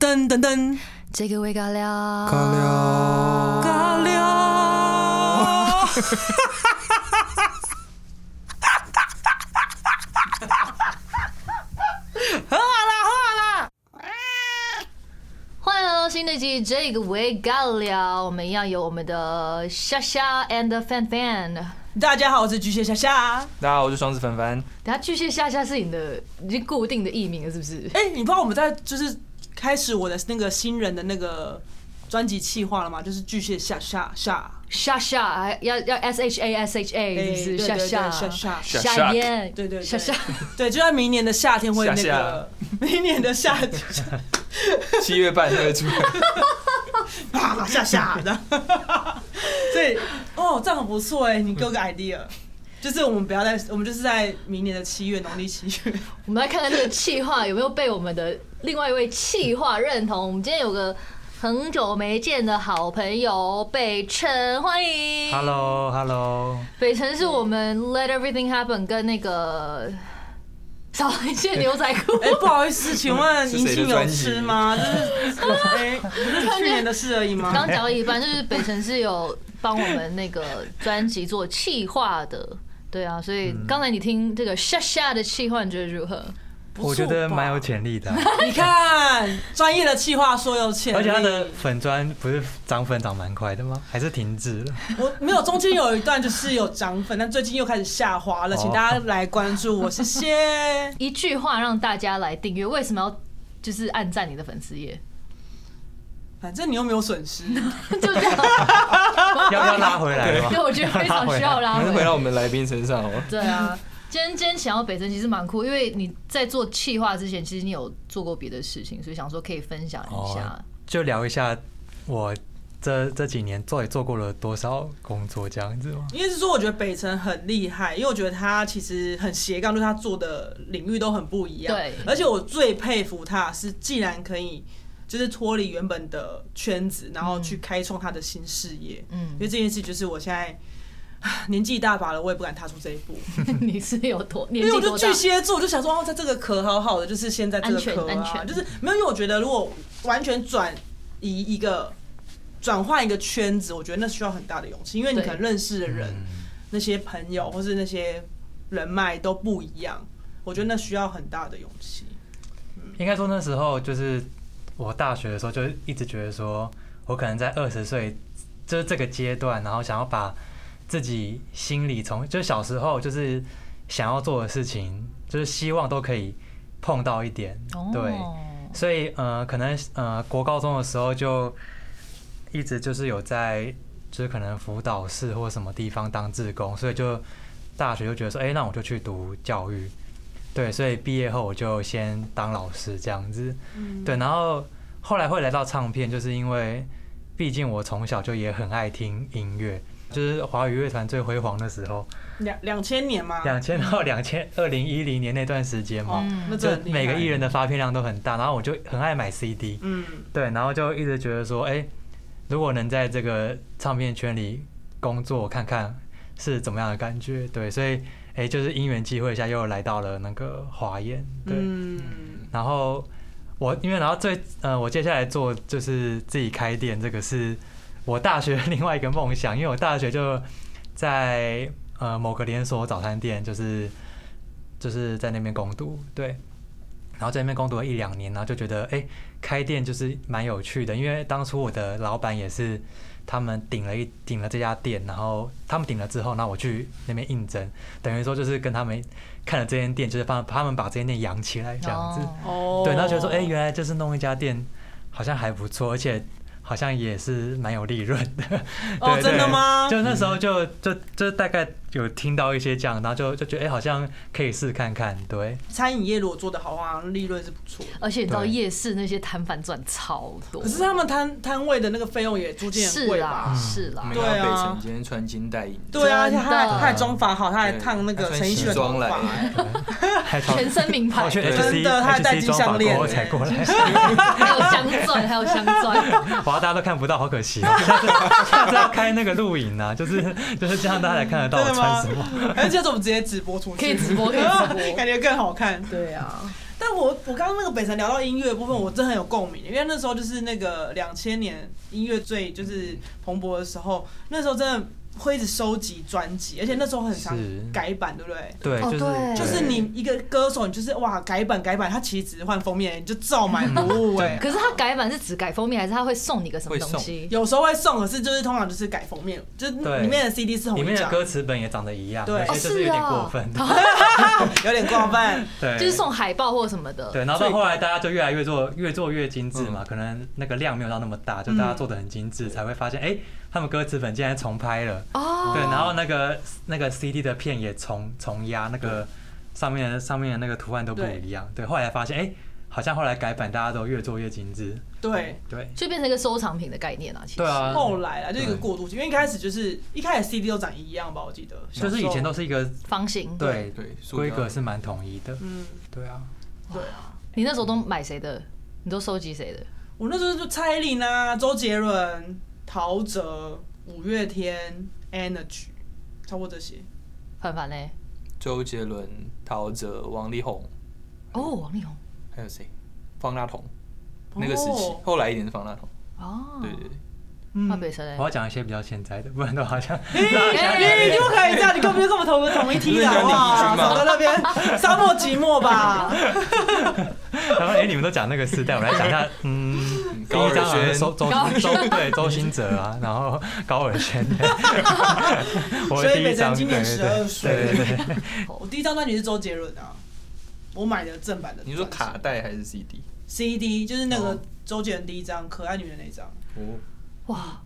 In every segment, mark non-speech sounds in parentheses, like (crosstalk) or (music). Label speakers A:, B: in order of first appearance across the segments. A: 噔噔噔，
B: 这个味尬
C: 尬
B: 聊，
C: 聊，
A: 尬
B: 哦
A: 聊。
B: 欢迎来到新的一集这个味尬聊，我们一样有我们的夏夏 and fan fan。
A: (laughs) 大家好，我是巨蟹夏夏。
C: 大家好，我是双子凡凡。
B: 等下巨蟹夏夏是你的已经固定的艺名了，是不是？
A: 哎、你不知道我们在就是开始我的那个新人的那个专辑企划了吗？就是巨蟹夏夏夏，
B: 夏夏还要要 S H A S H
A: 哎
B: A 是不是？夏
A: 对
B: 夏
A: 对对夏夏
B: 夏燕，
A: 对对对
B: 夏夏
A: 对，就在明年的夏天会有那
C: 夏夏
A: 个，明年的夏 (laughs)
C: 七月半才会出来，
A: 啪啊夏夏的，所以哦，这样很不错哎、你给我个 idea，就是我们不要再，我们就是在明年的七月，农历七月，
B: 我们来看看这个气话有没有被我们的另外一位气话认同。我们今天有个很久没见的好朋友北辰，欢迎。
D: Hello Hello，
B: 北辰是我们 Let Everything Happen 跟那个少一件牛仔裤。
A: 哎、不好意思，请
D: 嗯
A: 问
C: 是
A: 银
C: 谁的
A: 杏有
C: 专辑
A: 吃吗？就是哎，不是去年的事而已吗？
B: 刚讲到一半，就是北辰是有帮我们那个专辑做气化的，对啊，所以刚才你听这个夏夏的气化，你觉得如何？
D: 我觉得蛮有潜力的，
A: 你看，专业的企划说有潜力，
D: 而且他的粉砖不是涨粉涨蛮快的吗？还是停滞了？
A: 我没有中间有一段就是有涨粉，但最近又开始下滑了，
D: 哦
A: 请大家来关注我，谢谢。 (laughs)
B: 一句话让大家来订阅，为什么要就是按赞你的粉丝页？ (laughs)
A: 反正你又没有损失，
B: 就这样，
D: 要不要拉回来吗？
B: 对，我觉得
D: (laughs)
B: 非常需要拉
C: 还是回
B: 回
C: 到我们来宾身上哦。
B: 对啊，今天今天想要北辰其实蛮酷，因为你在做企划之前，其实你有做过别的事情，所以想说可以分享一下
D: 哦。就聊一下我这这几年到底做过了多少工作这样子哦吗？
A: 应该是说我觉得北辰很厉害，因为我觉得他其实很斜杠，就是他做的领域都很不一样。
B: 对
A: 而且我最佩服他是，既然可以就是脱离原本的圈子，然后去开创他的新事业。因
B: 嗯，
A: 为这件事就是我现在。唉年纪一大把了，我也不敢踏出这一步，
B: (laughs) 你是有多年
A: 因为
B: 纪
A: 我
B: 多
A: 就
B: 大
A: 巨？蟹座，我就想说，哦，在这个壳好好的，就是现在这个
B: 安全
A: 壳
B: 安
A: 啊，
B: 全
A: 就是没有，因为我觉得如果完全转移一个转换一个圈子，我觉得那需要很大的勇气，因为你
B: 对
A: 可能认识的人、
D: 嗯
A: 那些朋友或是那些人脉都不一样，我觉得那需要很大的勇气。
D: 应该说那时候就是我大学的时候，就一直觉得说，我可能在二十岁就是这个阶段，然后想要把自己心里从就是小时候就是想要做的事情，就是希望都可以碰到一点，对，
B: 哦
D: 所以呃，可能呃，国高中的时候就一直就是有在，就是可能辅导室或什么地方当志工，所以就大学就觉得说，哎、那我就去读教育，对，所以毕业后我就先当老师这样子，
A: 嗯
D: 对，然后后来会来到唱片，就是因为毕竟我从小就也很爱听音乐，就是华语乐团最辉煌的时候，
A: 两两千年嘛，
D: 两千到两千二零一零年那段时间
A: 啊哦
D: 嘛。，
A: 那
D: 就
A: 这很厉害
D: 每个艺人，的发片量都很大，然后我就很爱买 CD，
A: 嗯，
D: 对，然后就一直觉得说，哎、如果能在这个唱片圈里工作，看看是怎么样的感觉。对，所以哎、就是因缘际会下又来到了那个华研。对，
A: 嗯，
D: 然后我因为然后最呃，我接下来做就是自己开店，这个是我大学 (laughs) 另外一个梦想，因为我大学就在呃某个连锁早餐店，就是就是在那边攻读，对，然后在那边攻读了一两年，然后就觉得哎、开店就是蛮有趣的，因为当初我的老板也是。他们顶了一顶了这家店，然后他们顶了之后，那我去那边应征，等于说就是跟他们看了这间店，就是帮他们把这间店养起来这样子。
A: 哦
B: 哦
D: 对，然后觉得说，哎、原来就是弄一家店，好像还不错，而且好像也是蛮有利润的。
A: 哦
D: 对
A: 真的吗
D: 对就那时候就就就大概有听到一些这样，然后就就觉得，哎、好像可以试看看。对，
A: 餐饮业如果做得好，好像利润是不错的。
B: 而且你知道
D: 对
B: 夜市那些摊贩赚超多
A: 可，是他们摊摊位的那个费用也租金很
B: 是
A: 贵
B: 啦
D: 嗯
A: 吧？
B: 是
C: 我
B: 啦
C: 们，
A: 对
C: 看
A: 啊
C: 到北辰今天穿金戴银，
A: 对啊，而且他还
B: 真的
A: 他还妆发好，他还烫那个
C: 他穿
A: 陈奕迅的
C: 西
A: 头
C: 装来
A: 发， (laughs)
D: 还超
B: 全身名牌
D: 跑，去
C: 对
D: HC
A: 真的他还戴
D: HC
A: 金
D: 妆
A: 项
D: 法
A: 链
D: 过后
A: 欸
D: 才过来，
A: (laughs)
B: 还有镶钻，还有镶钻，
D: 哇，大家都看不到，好可惜、哦。下次下次要开那个录影啊，就是就是这样，大家才看得到我
A: 真的吗
D: 穿什么。
A: (laughs) 而且这种直接直播出去，
B: 可以直播可以直播
A: 感觉更好看。
B: 对啊，
A: 但我我刚刚那个北辰聊到音乐的部分，我真的很有共鸣，因为那时候就是那个两千年音乐最就是蓬勃的时候，那时候真的会一直收集专辑，而且那时候很常
D: 是
A: 改版，对不对？
D: 对，
B: 哦
D: 就是
B: 对
A: 就是你一个歌手，你就是哇改版改版，他其实只是换封面，你就照买不误哎。
B: 可是他改版是只改封面，还是他会送你个什么
C: 会送
B: 东西？
A: 有时候会送，可是就是通常就是改封面，就是
D: 对
A: 里面的 CD 是
D: 里
A: 红
D: 面的
A: 角，
D: 歌词本也长得一样，
A: 对
B: 哦
D: 有些就是有点过分的，
A: (laughs) 有点过
D: (laughs)
A: 分。
D: 对，
B: 就是送海报或什么的。
D: 对，然后到后来大家就越来越做，越做越精致嘛，可能那个量没有到那么大，就大家做的很精致，才会发现，哎，他们歌词本竟然重拍了，
B: 哦，
D: 对，然后那个那个 CD 的片也重重压，那个上面的上面的那个图案都不一样，对，后来发现，哎，好像后来改版大家都越做越精致，
A: 对，
D: 对，
B: 就变成一个收藏品的概念啊。其实
D: 对啊
A: 后来啊，就一个过渡期，因为一开始就是一开始 CD 都长一样吧，我记得。
D: 就是以前都是一个
B: 方形。
D: 对
C: 对塑
D: 规
C: 胶
D: 格是蛮统一的，
A: 嗯，
D: 对啊，
A: 对啊。
B: 你那时候都买谁的？你都收集谁的？
A: 我那时候就蔡依林啊、周杰伦、陶喆、五月天、Energy，差不多这些。
B: 凡凡嘞？
C: 周杰伦、陶喆、王力宏，
B: 哦，王力宏。
C: 还有谁？方大同，那个时期
A: 哦，
C: 后来一点是方大同，
B: 哦，
C: 对对对，
A: 嗯
B: 范北辰嘞
D: 我。要讲一些比较现在的，不然都好像 (laughs)
A: 你你你不可以这样，你根本就跟我们同同一
D: (laughs)
A: 梯的好不好？
C: 你是想
A: 走
C: 你
A: 在那边沙漠寂寞吧。
D: 然后哎、你们都讲那个时代，我来讲一下，嗯，第
C: 高
D: 一
C: 尔
D: 张好像
C: 宣
D: 是周周
B: 高尔
D: 周对周兴哲啊，然后高尔 (laughs) 宣，
A: 所
D: 我的
A: 以
D: 第
A: 北辰
D: 一张
A: 今
D: 对
A: 年
D: 对
A: 12岁
D: 对对
A: (laughs)
D: 对对，
A: 我第一张专辑是周杰伦的啊，我买的正版的专辑。
C: 你说卡带还是 CD？
A: CD 就是那个
C: 哦
A: 周杰伦第一张《可爱女人》那张，
C: 哦，
D: 嗯
B: 哇，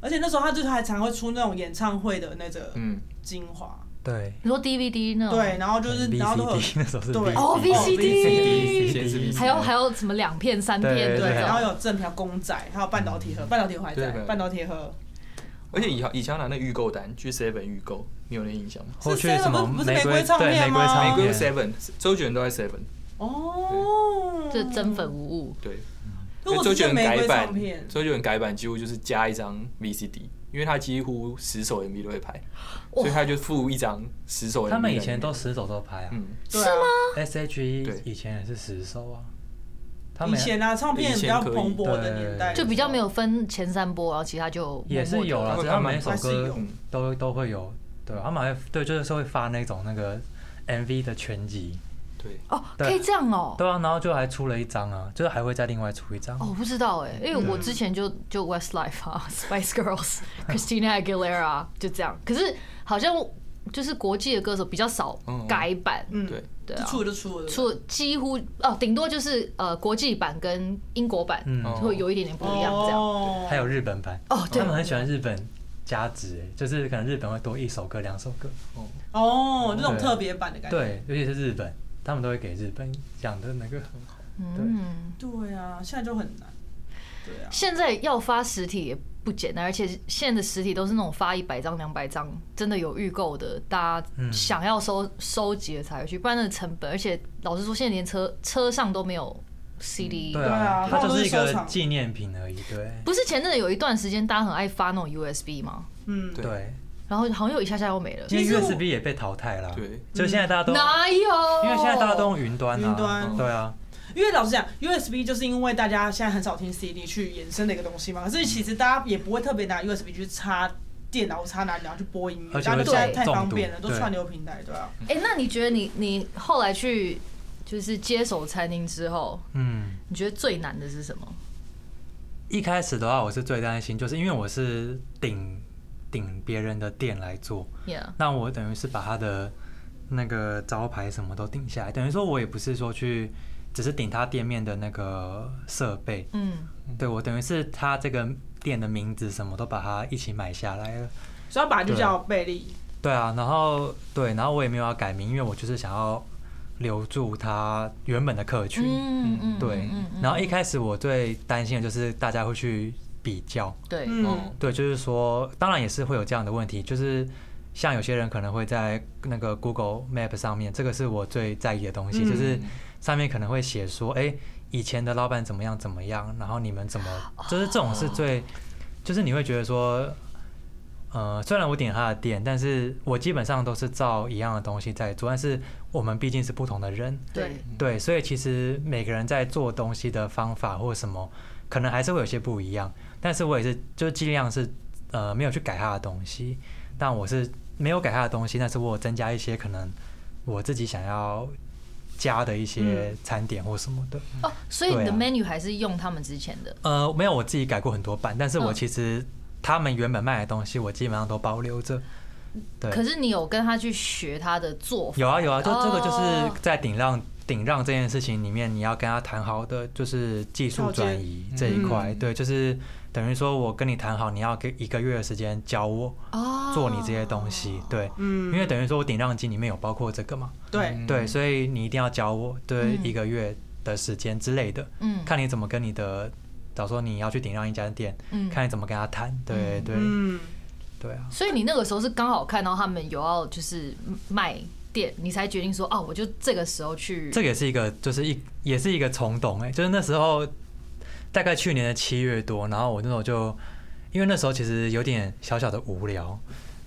A: 而且那时候他就是还常会出那种演唱会的那个
C: 嗯，
A: 精华，
D: 对
B: 你说 DVD 那种？
A: 对，。然后
D: 嗯
A: 就是然后都会有
D: VCD (laughs) 那时候是
A: 对
D: VCD
B: 哦，VCD
C: 先是 VCD
B: 还有还有什么两片三片
D: 嗯对
A: 对，
B: 的
A: 然后
B: 那种？
A: 有正票公仔，还有半导体盒，半导体盒还在
C: 对，
A: 半导体盒
C: 而且以以前要拿那预购单去 Seven 预购，你有那印象吗？
D: 后去什么
A: 不是
D: 玫
A: 玫瑰
D: 瑰
A: 唱
D: 对
A: 片
D: 玫瑰
A: 吗
D: 唱
C: 每个
D: 片
C: 月 Seven，周杰伦都在 Seven，
A: 哦，
B: 这真粉。无误。
C: 对，
A: 如果
C: 周
A: 是
C: 杰
A: 这
C: 伦
A: 玫
C: 改
A: 瑰唱
C: 版
A: 片，，
C: 周杰伦改版几乎就是加一张 VCD，因为他几乎十首 MV 都会拍，所以他就附一张十首 MV 在里面。
D: 他们以前都十首都拍啊
C: 嗯，
A: 对啊，
D: ，S.H.E
C: 对
D: E 以前也是十首啊，他
A: 以
D: 们
A: 前啊，唱片比较蓬勃的年代，
B: 就比较没有分前三波，然后其他就
D: 也是有
C: 他
D: 啊，
C: 们
D: 只要每一首
A: 还是
D: 歌
A: 有
D: 都都会有，对，他们还会对就是会发那种那个 MV 的全集，
C: 对，
B: 哦，
D: 对
B: 可以这样哦。
D: 对啊，然后就还出了一张啊，就是还会再另外出一张。
B: 哦，我不知道哎，因为我
D: 嗯
B: 之前就就 Westlife 啊、Spice (laughs) Girls、Christina Aguilera 就这样，可是好像就是国际的歌手比较少
C: 嗯嗯
B: 改版，
A: 嗯，
C: 对，
B: 对
A: 就
B: 啊，
A: 出了就出了，
B: 除几乎哦，顶多就是呃国际版跟英国版
D: 嗯
B: 就会有一点点不一样这样。
A: 样
D: 还有日本版
B: 哦对
D: 他们很喜欢日本加值，哎，就是可能日本会多一首歌、两首歌，
C: 哦，
A: 哦，这种
D: 对
A: 特别版的感觉。
D: 对，尤其是日本，他们都会给日本讲的那个，
B: 嗯，
A: 对啊，现在就很难。对啊，
B: 现在要发实体也不简单，而且现在的实体都是那种发一百张、两百张，真的有预购的，大家
D: 嗯
B: 想要收收集的才会去，不然那个成本，而且老实说，现在连车车上都没有
D: 嗯
B: CD。
A: 对啊
D: 啊，它就是一
A: 他们都是收
D: 个
A: 藏
D: 纪念品而已，对，
B: 不是前阵子有一段时间大家很爱发那种 USB 吗？
A: 嗯，
C: 对
D: 对，
B: 然后好像又一下下又没了，
D: 因
A: 其实
D: 为
A: 我嗯
D: USB 也被淘汰了，
C: 对，
D: 就现在大家都，
B: 哪有？
D: 因为现在大家都用云端
A: 云
D: 啊
A: 端，
D: 对啊，
A: 因为老实讲，USB 就是因为大家现在很少听 CD 去衍生的一个东西嘛。可是其实大家也不会特别拿 USB 去插电脑、插哪里，然后去播音乐，
D: 而且
A: 大家
D: 会
A: 都现在太
D: 中
A: 方
D: 毒
A: 便了，都
D: 对
A: 串流平台，对啊。
B: 哎、那你觉得你你后来去就是接手餐厅之后，
D: 嗯。
B: 你觉得最难的是什么？
D: 一开始的话，我是最担心，就是因为我是顶顶别人的店来做，
B: Yeah，
D: 那我等于是把他的那个招牌什么都顶下来，等于说我也不是说去只是顶他店面的那个设备，
B: 嗯，
D: 对我等于是他这个店的名字什么都把它一起买下来了。
A: 所以它本来就叫贝利，
D: 对啊，然后对，然后我也没有要改名，因为我就是想要留住他原本的客群。
B: 嗯嗯，
D: 对，然后一开始我最担心的就是大家会去比较，
B: 对，
A: 嗯，
D: 对，就是说，当然也是会有这样的问题，就是像有些人可能会在那个 Google Map 上面，这个是我最在意的东西，
A: 嗯
D: 就是上面可能会写说，哎、以前的老板怎么样
A: 哦
D: 怎么样，然后你们怎么，就是这种是最，就是你会觉得说，呃，虽然我点他的店，但是我基本上都是照一样的东西在做，但是我们毕竟是不同的人，
B: 对，
D: 对，所以其实每个人在做东西的方法或什么，可能还是会有些不一样。但是我也是，就尽量是呃没有去改他的东西，但我是没有改他的东西，但是我有增加一些可能我自己想要加的一些餐点或什么的。
B: 哦，所以你的
D: 对啊
B: menu 还是用他们之前的，
D: 呃，没有，我自己改过很多版，但是我
B: 嗯
D: 其实他们原本卖的东西，我基本上都保留着。对，
B: 可是你有跟他去学他的做法，
D: 有啊有啊，就这个
B: 哦
D: 就是在顶让顶让这件事情里面，你要跟他谈好的就是技术转移这一块，
C: 嗯
D: 对，就是等于说我跟你谈好，你要给一个月的时间教我
B: 哦
D: 做你这些东西，对，
A: 嗯
D: 因为等于说嗯我顶让金里面有包括这个嘛，
A: 对，
D: 对，所以你一定要教我，对，
B: 嗯
D: 一个月的时间之类的，
B: 嗯
D: 看你怎么跟你的，假如说你要去顶让一家店，
B: 嗯
D: 看你怎么跟他谈，对
B: 嗯
D: 对
A: 嗯，
D: 对啊，
B: 所以你那个时候是刚好看到他们有要就是卖店，你才决定说哦，我就这个时候去。
D: 这个也是一个，就是一也是一个冲动哎、就是那时候大概去年的七月多，然后我那时候就因为那时候其实有点小小的无聊，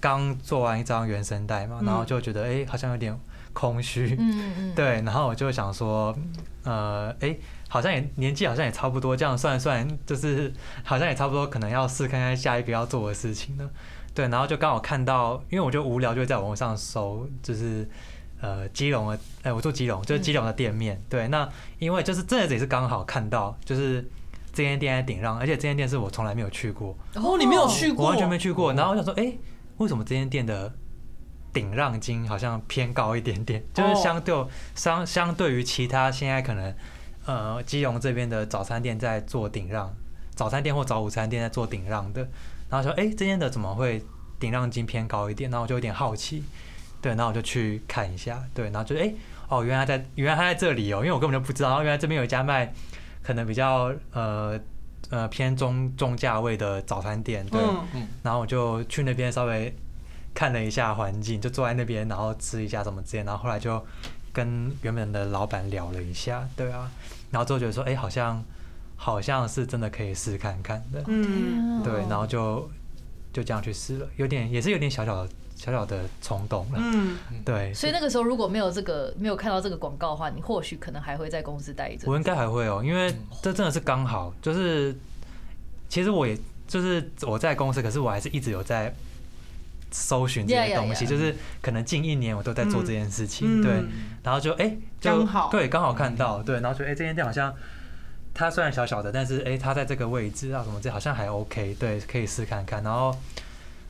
D: 刚做完一张原声带嘛，
A: 嗯
D: 然后就觉得哎、好像有点空虚，
B: 嗯嗯，
D: 对，然后我就想说，呃，哎、好像也年纪好像也差不多，这样算一算就是好像也差不多，可能要试看看下一个要做的事情了。对，然后就刚好看到，因为我就无聊，就会在网络上搜，就是呃基隆的，哎、我住基隆，就是基隆的店面。对，那因为就是这也是刚好看到，就是这间店在顶让，而且这间店是我从来没有去过，
A: 哦，你没有去
D: 我
A: 过，
D: 完全没去过。然后我想说，哎、为什么这间店的顶让金好像偏高一点
A: 哦
D: 点？就是相对相相对于其他现在可能呃基隆这边的早餐店在做顶让，早餐店或早午餐店在做顶让的，然后说，哎、这间的怎么会顶让金偏高一点？然后我就有点好奇，对，然后我就去看一下，对，然后就哎、诶哦，原来在原来他在这里哦，因为我根本就不知道，然后原来这边有一家卖可能比较呃呃偏中中价位的早餐店，对，
A: 嗯
D: 然后我就去那边稍微看了一下环境，就坐在那边，然后吃一下什么之类，然后后来就跟原本的老板聊了一下，对啊，然后之后觉得说，哎、好像好像是真的可以试看看的，
A: 嗯，
B: 哦
D: 对，然后就就这样去试了，有点也是有点小小的小小的冲动了，
A: 嗯，
D: 对，
B: 所以那个时候如果没有这个没有看到这个广告的话，你或许可能还会在公司待一阵。
D: 我应该还会哦、因
A: 嗯
D: 为这真的是刚好，就是其实我也就是我在公司，可是我还是一直有在搜寻这
B: Yeah,
D: 些
B: yeah,
D: 东西
B: yeah
D: 就是可能近一年我都在做这件事
A: 嗯
D: 情，对
A: 嗯，
D: 然后就哎、就
A: 刚好
D: 对刚好看到对，然后觉得哎、这间店好像。它虽然小小的，但是哎、它在这个位置啊什么这好像还 OK，对，可以试看看。然后，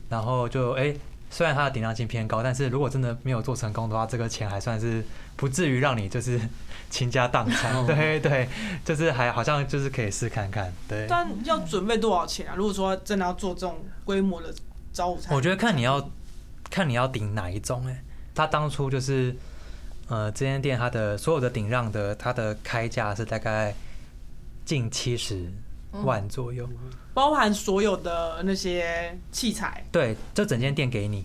D: 然后就哎、虽然它的顶量性偏高，但是如果真的没有做成功的话，这个钱还算是不至于让你就是 (laughs) 倾家荡产。对对，就是还好像就是可以试看看。对，
A: 但要准备多少钱啊？如果说真的要做这种规模的早午餐，
D: 我觉得看你要看你要顶哪一种哎、他当初就是呃，这间店它的所有的顶让的，它的开价是大概近七十万左右。
A: 包含所有的那些器材，
D: 对，这整间店给你，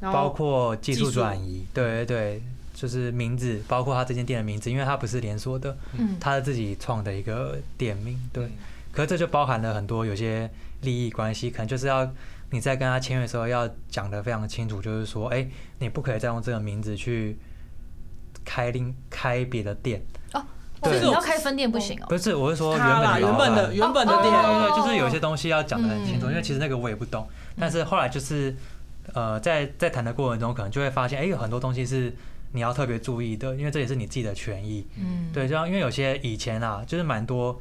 A: 然
D: 包
A: 后
D: 括技
A: 哦技
D: 术
A: 术
D: 转移，对对对，就是名字，包括他这间店的名字，因为它不是连锁的，
B: 嗯，
D: 他自己创的一个店名，对
C: 嗯。
D: 可是这就包含了很多有些利益关系，可能就是要你在跟他签约的时候要讲得非常清楚，就是说，哎、你不可以再用这个名字去开另开别的店，
B: 哦，
D: 对
B: 所以你要开分店不行哦。
D: 不是，我是说原
A: 他啦，
D: 本
A: 原本
D: 老
A: 的
D: 板
A: 原本的
B: 哦
D: 对
A: 店，
D: 对对，就是有些东西要讲得很清楚，
B: 嗯
D: 因为其实那个我也不懂，但是后来就是呃，在在谈的过程中，可能就会发现，哎、有很多东西是你要特别注意的，因为这也是你自己的权益。
B: 嗯，
D: 对，就像因为有些以前啊，就是蛮多，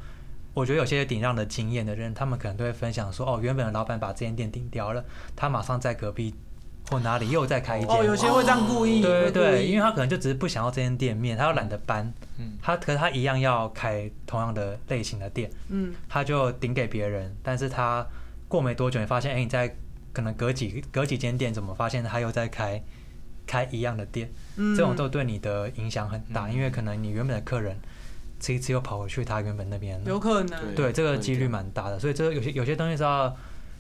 D: 我觉得有些顶让的经验的人，他们可能都会分享说，哦，原本的老板把这间店顶掉了，他马上在隔壁或哪里又再开一间。
A: 哦，有些会这样故意，
D: 对对
A: 会故
D: 对，
A: 意
D: 因为他可能就只是不想要这间店面，他又懒得搬，
C: 嗯
D: 他可是他一样要开同样的类型的店，
A: 嗯
D: 他就顶给别人，但是他过没多久，你发现，哎、你在可能隔几隔几间店，怎么发现他又在开开一样的店？
A: 嗯
D: 这种都对你的影响很大，
C: 嗯
D: 因为可能你原本的客人吃一次又跑回去他原本那边
A: 有
D: 了，
A: 可能，
D: 对这个
C: 会
D: 几率
C: 掉
D: 蛮大的，所以这个有些有些东西是要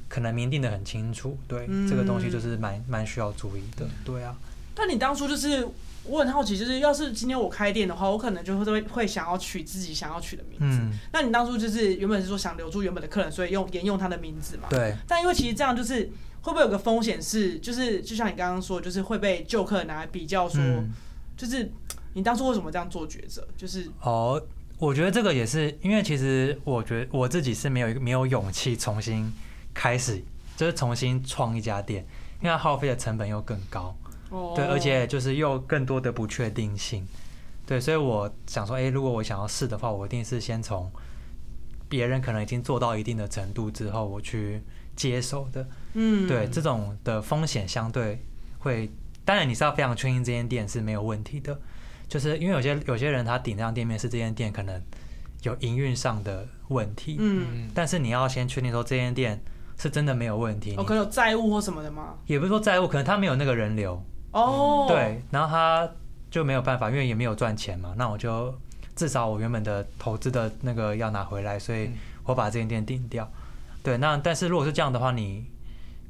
D: 可能明定的很清楚，对、
A: 嗯
D: 这个东西就是蛮蛮需要注意的，对啊，
A: 但你当初就是我很好奇，就是要是今天我开店的话，我可能就会会想要取自己想要取的名字。
D: 嗯，
A: 那你当初就是原本是说想留住原本的客人，所以用沿用他的名字嘛？。
D: 对，
A: 但因为其实这样就是会不会有个风险是，就是就像你刚刚说，就是会被旧客拿来比较说，
D: 嗯
A: 就是你当初为什么这样做抉择？就是
D: 哦，我觉得这个也是因为其实我觉得我自己是没有没有勇气重新开始，就是重新创一家店，因为它耗费的成本又更高，
A: 哦
D: 对，而且就是又更多的不确定性，对，所以我想说，哎、如果我想要试的话，我一定是先从别人可能已经做到一定的程度之后，我去接手的，
A: 嗯，
D: 对，这种的风险相对会，当然你是要非常确定这间店是没有问题的，就是因为有些有些人他顶上店面是这间店可能有营运上的问题，，
A: 嗯，
C: 嗯，
D: 但是你要先确定说这间店是真的没有问题，
A: 哦，
D: 你
A: 可能有债务或什么的吗？
D: 也不是说债务，可能他没有那个人流，
A: 哦，，
D: 嗯对，然后他就没有办法，因为也没有赚钱嘛，那我就至少我原本的投资的那个要拿回来，所以
C: 嗯
D: 我把这间店定掉。对，那但是如果是这样的话，你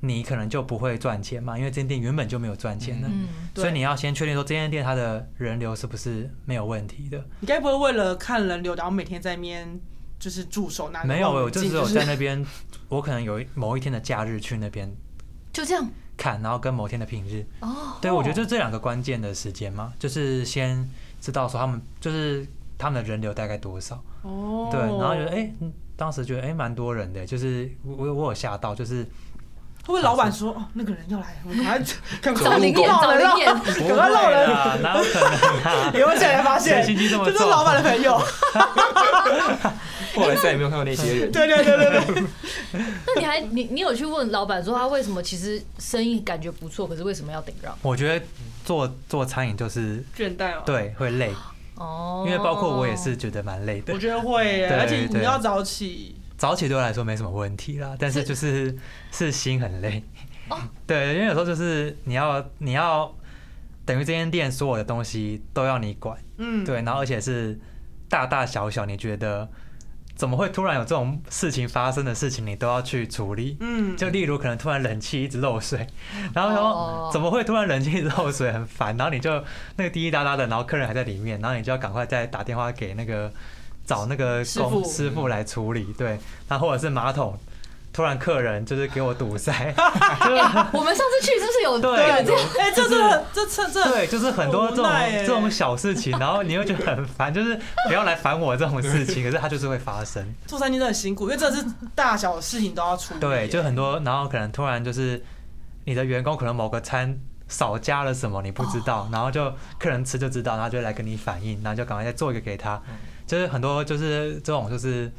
D: 你可能就不会赚钱嘛，因为这间店原本就没有赚钱的，
B: 嗯，
D: 所以
A: 对
D: 你要先确定说这间店它的人流是不是没有问题的。
A: 你该不会为了看人流，然后每天在那边就是驻守那个
D: 没有，
A: 望远
D: 我就
A: 镜
D: 是有在那边，我可能有一某一天的假日去那边
B: 就这样
D: 看，然后跟某天的平日。
B: 哦。
D: 对，我觉得就这两个关键的时间嘛，就是先知道说他们就是他们的人流大概多少，
A: 哦，
D: 对，然后觉得哎、嗯当时觉得哎蛮、多人的，就是我我我有吓到，就是
A: 会不会老板说哦那个人要来，我们赶快 (laughs) 赶快
B: 找
C: 走
B: 灵
C: 路
B: 验，
A: 绕
B: 找
A: 人
B: 灵
A: 绕人，
B: 验，
D: 不
A: (laughs) 赶快绕
D: 会
A: 人，
D: 啦哪有可能
A: (laughs)
D: 啊？
A: 你会起来发现
D: 谁心机这么
A: 这
D: 重
A: 是老板的朋友，
C: 后来再也没有看过那些人。
B: 嗯
A: 对对对对
D: (laughs)
A: 对，
B: 那你还你你有去问老板说他为什么其实生意感觉不错，可是为什么要顶让？
D: 我觉得做做餐饮就是
A: 倦怠嘛，
D: 对会累，
B: 哦，
D: 因为包括我也是觉得蛮累的
A: 我。觉得会耶，
D: 对
A: 而且
D: 对
A: 你要早起，
D: 早起对我来说没什么问题啦，但是就是是心很累
B: 哦。
D: (laughs) 对，因为有时候就是你要你要等于这间店所有的东西都要你管。
A: 嗯，
D: 对，然后而且是大大小小，你觉得怎么会突然有这种事情发生的事情，你都要去处理？
A: 嗯，
D: 就例如可能突然冷气一直漏水，然后
B: 哦
D: 说怎么会突然冷气一直漏水，很烦。然后你就那个滴滴答答的，然后客人还在里面，然后你就要赶快再打电话给那个找那个
A: 师
D: 工
A: 傅
D: 师傅来处理。对，然后或者是马桶突然客人就是给我堵塞， (laughs) 就是
B: 哎我们上次去是不是有
D: (laughs) 对
B: 有这样？
A: 对，哎，这真的这这这
D: 对，就是很多这种
A: 很无奈欸
D: 这种小事情，然后你会觉得很烦，就是不要来烦我这种事情，可是它就是会发生。
A: 做餐厅真的很辛苦，因为这是大小的事情都要处理，
D: 对，就很多，然后可能突然就是你的员工可能某个餐少加了什么你不知
A: 哦
D: 道，然后就客人吃就知道，然后就会来跟你反映，然后就赶快再做一个给他，
A: 嗯
D: 就是很多就是这种就是。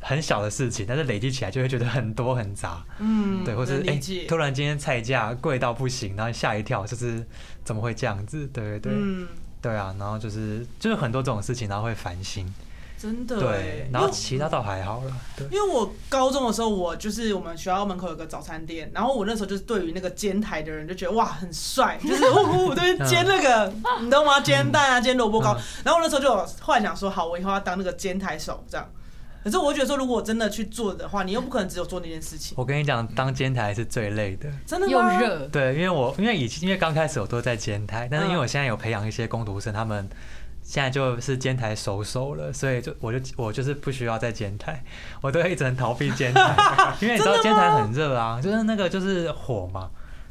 D: 很小的事情，但是累积起来就会觉得很多很杂，
A: 嗯，
D: 对，或是
A: 能
D: 哎、
A: 理解
D: 突然今天菜价贵到不行，然后吓一跳，就是怎么会这样子？对对对，
A: 嗯，
D: 对啊，然后就是就是很多这种事情，然后会烦心。
A: 真的
D: 对
A: 哎，
D: 然后
A: 因为
D: 其他倒还好了。对，
A: 因为我高中的时候，我就是我们学校门口有个早餐店，然后我那时候就是对于那个煎台的人就觉得哇很帅，就是呜呜对煎那个， (laughs) 你懂吗？煎蛋啊，煎萝卜糕
D: 嗯。
A: 然后我那时候就有幻想说，好，我以后要当那个煎台手这样。可是我觉得说，如果我真的去做的话，你又不可能只有做那件事情，
D: 我跟你讲，当监台是最累的。
A: 真的
B: 又
A: 吗？
B: 热，
D: 对，因为我因为以前因为刚开始我都在监台，但是因为
A: 嗯
D: 我现在有培养一些工读生，他们现在就是监台熟手了，所以就我就我就是不需要在监台，我都会一直很逃避监台， (laughs) 因为你知道监台很热啊，就是那个就是火嘛，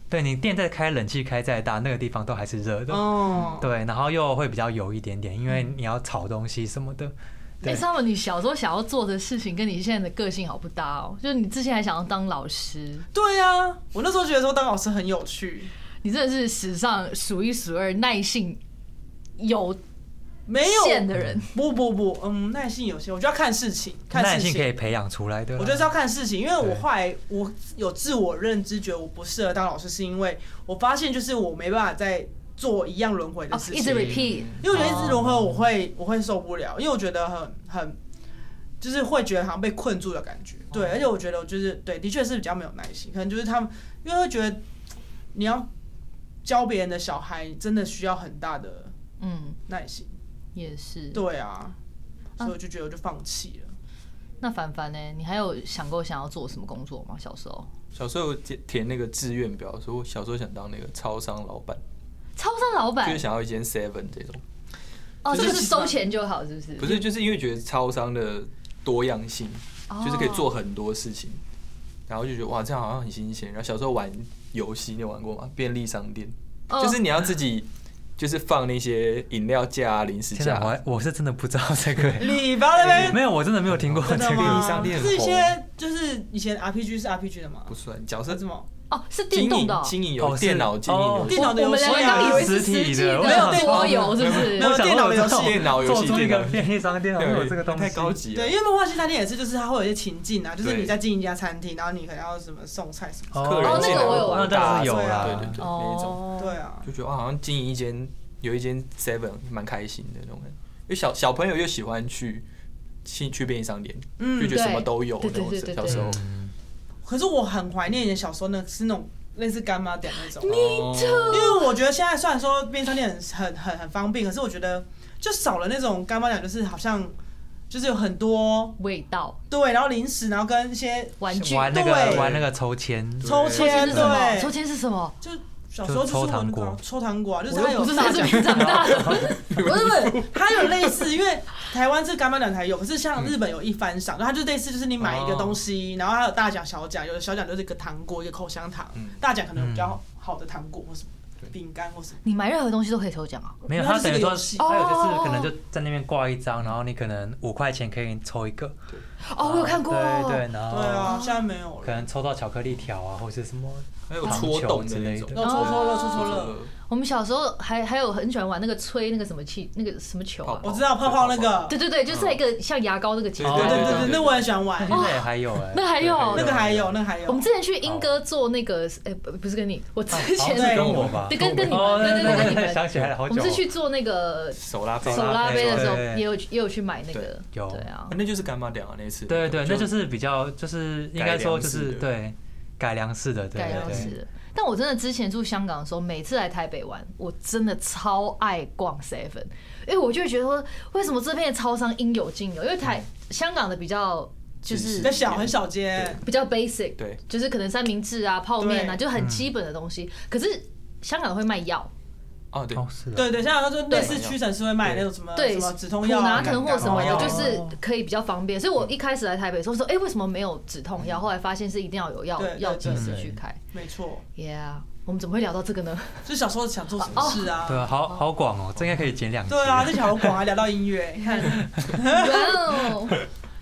D: 对你店再开冷气开再大，那个地方都还是热的。
A: 哦，
D: 对，然后又会比较油一点点，因为你要炒东西什么的。对
B: 哎，s u 你小时候想要做的事情跟你现在的个性好不搭哦。就是你之前还想要当老师，
A: 对呀、啊，我那时候觉得说当老师很有趣，
B: 你真的是史上数一数二耐性有
A: 没有
B: 限的人。
A: 不不不，嗯，耐性有些，我就要看事情，看
D: 耐
A: 事
D: 性
A: 情
D: 可以培养出来
B: 啊
D: 的啦。
A: 我觉得是要看事情，因为我
D: 对
A: 后来我有自我认知，觉得我不适合当老师，是因为我发现就是我没办法再做一样轮回的
B: 哦
A: 事，
B: 一
A: 情，
B: 直哦 repeat，Oh，
A: 因为我觉得一直轮回我会我会受不了，因为我觉得很很就是会觉得好像被困住的感觉，对，
B: 哦
A: 而且我觉得我就是对，的确是比较没有耐心，可能就是他们因为会觉得你要教别人的小孩真的需要很大的
B: 嗯，
A: 耐心，
B: 也是。
A: 对啊，所以我就觉得我就放弃
B: 啊
A: 了，
B: 那凡凡呢？你还有想过想要做什么工作吗？小时候，
C: 小时候填填那个志愿表，说我小时候想当那个超商老板，
B: 超商老
C: 就
B: 板
C: 是想要一间 Seven 这种。
B: 哦，就
A: 就是
B: 是收钱就好，是不是？
C: 不是，就是因为觉得超商的多样性，
B: 哦，
C: 就是可以做很多事情，然后就觉得哇，这样好像很新鲜。然后小时候玩游戏，你有玩过吗？便利商店，
B: 哦
C: 就是你要自己就是放那些饮料架啊、零食
D: 现在
C: 架
D: 我
C: 啊。
D: 还我是真的不知道这个、欸，
A: 你不要在那边
D: (laughs) 没有，我真的没有
A: (laughs)
D: 听过这
A: 真的
C: 便利
D: 个。
A: 吗
C: 商？店
A: 是一些就是以前 RPG 是 RPG 的吗？
C: 不算角
A: 还
C: 色
A: 是什么？
B: 哦，是电
C: 经
B: 动的哦
C: 营、经营
D: 哦
C: 游
D: 是
C: 电脑经营
D: 哦
C: 游
A: 电脑的
B: 我
A: 游
B: 们
A: 戏
B: 两个刚以
A: 啊
B: 为，是
D: 实
B: 实
D: 体
B: 际
D: 的我想
B: 的
D: 说
B: 桌游，是不是
A: 没？有
D: 我想
A: 电脑
D: 说
A: 的游戏
D: 这种
C: 电脑游
D: 做
C: 戏
D: 出一
C: 这
D: 个
C: 个
D: 便利商店好像有这个东西，
C: 太高级了
A: 对，因。为文化西餐厅也是，就是它会有一些情境啊，就是
C: 对
A: 你在进一家餐厅，然后你可能要什么送菜什么什么。
D: 哦，
C: 客人
B: 进来
D: 那
B: 哦那个我有玩过
D: 当然是有啦，
C: 对对对，那一种
B: 哦，
A: 对啊，
C: 就觉得哇，好像经营一间有一间 Seven 蛮开心的那种感觉，因为小小朋友又喜欢去去去便利商店，
A: 嗯
C: 就觉得什么都有
B: 对
C: 那
B: 对
C: 种
B: 对对
C: 小
B: 对
C: 时候。
D: 嗯
A: 可是我很怀念以前小时候那是那种类似干妈店那种，啊
C: 哦
A: 因为我觉得现在虽然说便利商店很很很很方便，可是我觉得就少了那种干妈店，就是好像就是有很多
B: 味道
A: 对，然后零食，然后跟一些
B: 玩具。
D: 玩那个
A: 对
D: 玩那个抽签，
A: 抽
B: 抽签
A: 签，
B: 是什么？抽
A: 对，
B: 签是什么？
A: 就小时候就是
D: 就抽
A: 我
D: 糖果
A: 抽糖果啊，就是
B: 我
A: 它
B: 又
A: 有
B: 不是
A: 大
B: 在这
A: 奖
B: 边长大的，
A: 不是不是，它有类似，因为台湾是干妈两台有，可是像日本有一番
B: 嗯
A: 赏，然后它就类似，就是你买一个东西，
B: 哦
A: 然后它有大奖小奖，有的小奖就是一个糖果，一个口香糖
C: 嗯，
A: 大奖可能有比较好的糖果或什么
B: 嗯
A: 饼干或什么，
B: 你买任何东西都可以抽奖啊！
D: 没有，
A: 因为
D: 他
A: 它是
D: 等于
A: 个
D: 说
A: 游戏，
D: 还有就是可能
B: 哦
D: 就在那边挂一张，然后你可能五块钱可以抽一个。啊
B: 哦，我有看过，
D: 对对，然
B: 哦
A: 对
D: 后
A: 啊，现在没有
D: 可
A: 了。
D: 能抽到巧克力条啊，或是什么。
B: 哦
C: 还有戳洞的那种
D: 之类，
A: 然后抽抽乐，抽抽乐，
B: 我们小时候还还有很喜欢玩那个吹那个什么气那个什么球啊
C: 泡，泡
A: 我知道泡泡那个，
B: 对对对，就是在一个像牙膏那个球，
A: 对
C: 对
A: 对对
C: 对
A: 对，
C: 对
A: 那我也喜欢玩
D: 现，在也还有哎，
B: 那还有
D: 对
A: 那个还有，那个还有。
B: 哦我们之前去英哥做那个，哎、不不是跟你，我之
D: 好
B: 前
D: 那是
A: 对
D: 跟我吧，
B: 对跟跟你们
D: 哦
B: 对对对跟你们
D: 想起来了，好
B: 我
D: 久
B: 们
D: 哦。
B: 是去做那个
C: 手拉
D: 手
C: 菲，
B: 手拉杯的时候，
D: 对
B: 也有也有去买那个
C: 对，
D: 有
B: 对啊，
C: 那就是干妈店啊那次。
D: 对对，那就是比较就是应该说就是
C: 改
D: 对改良式的，对
B: 改
D: 对
B: 良式
D: 对。
B: 的。但我真的之前住香港的时候，每次来台北玩，我真的超爱逛 Seven，因为我就会觉得说，为什么这边的超商应有尽有？因为
A: 嗯
B: 台香港的比较就
C: 其
B: 是
C: 实
A: 比较小，很小街，
B: 比较 basic，
C: 对，
B: 就是可能三明治啊、泡面啊，
A: 对嗯
B: 就很基本的东西。可是香港会卖药，
C: 哦对，
D: 哦，是的。
A: 对对，像他说类似屈臣氏会卖那种什么
B: 对
A: 呃什么止
B: 普
A: 痛药啊、
B: 拿疼或什
A: 感
B: 么
A: 冒药啊嗯
B: 的，就是可以比较方便。所以我一开始来台北的时候说，哎、为什么没有止痛药？后来发现是一定要有药
A: 对对
B: 药剂师
D: 对
B: 去开。
A: 没错，
B: Yeah，我们怎么会聊到这个呢？
A: 就小时候想做什么事啊，
D: 对啊，好好广哦，这应该可以剪两集。
A: 对啊，这条广还聊到音
B: (laughs)
A: 乐，你看，
B: 哇哦！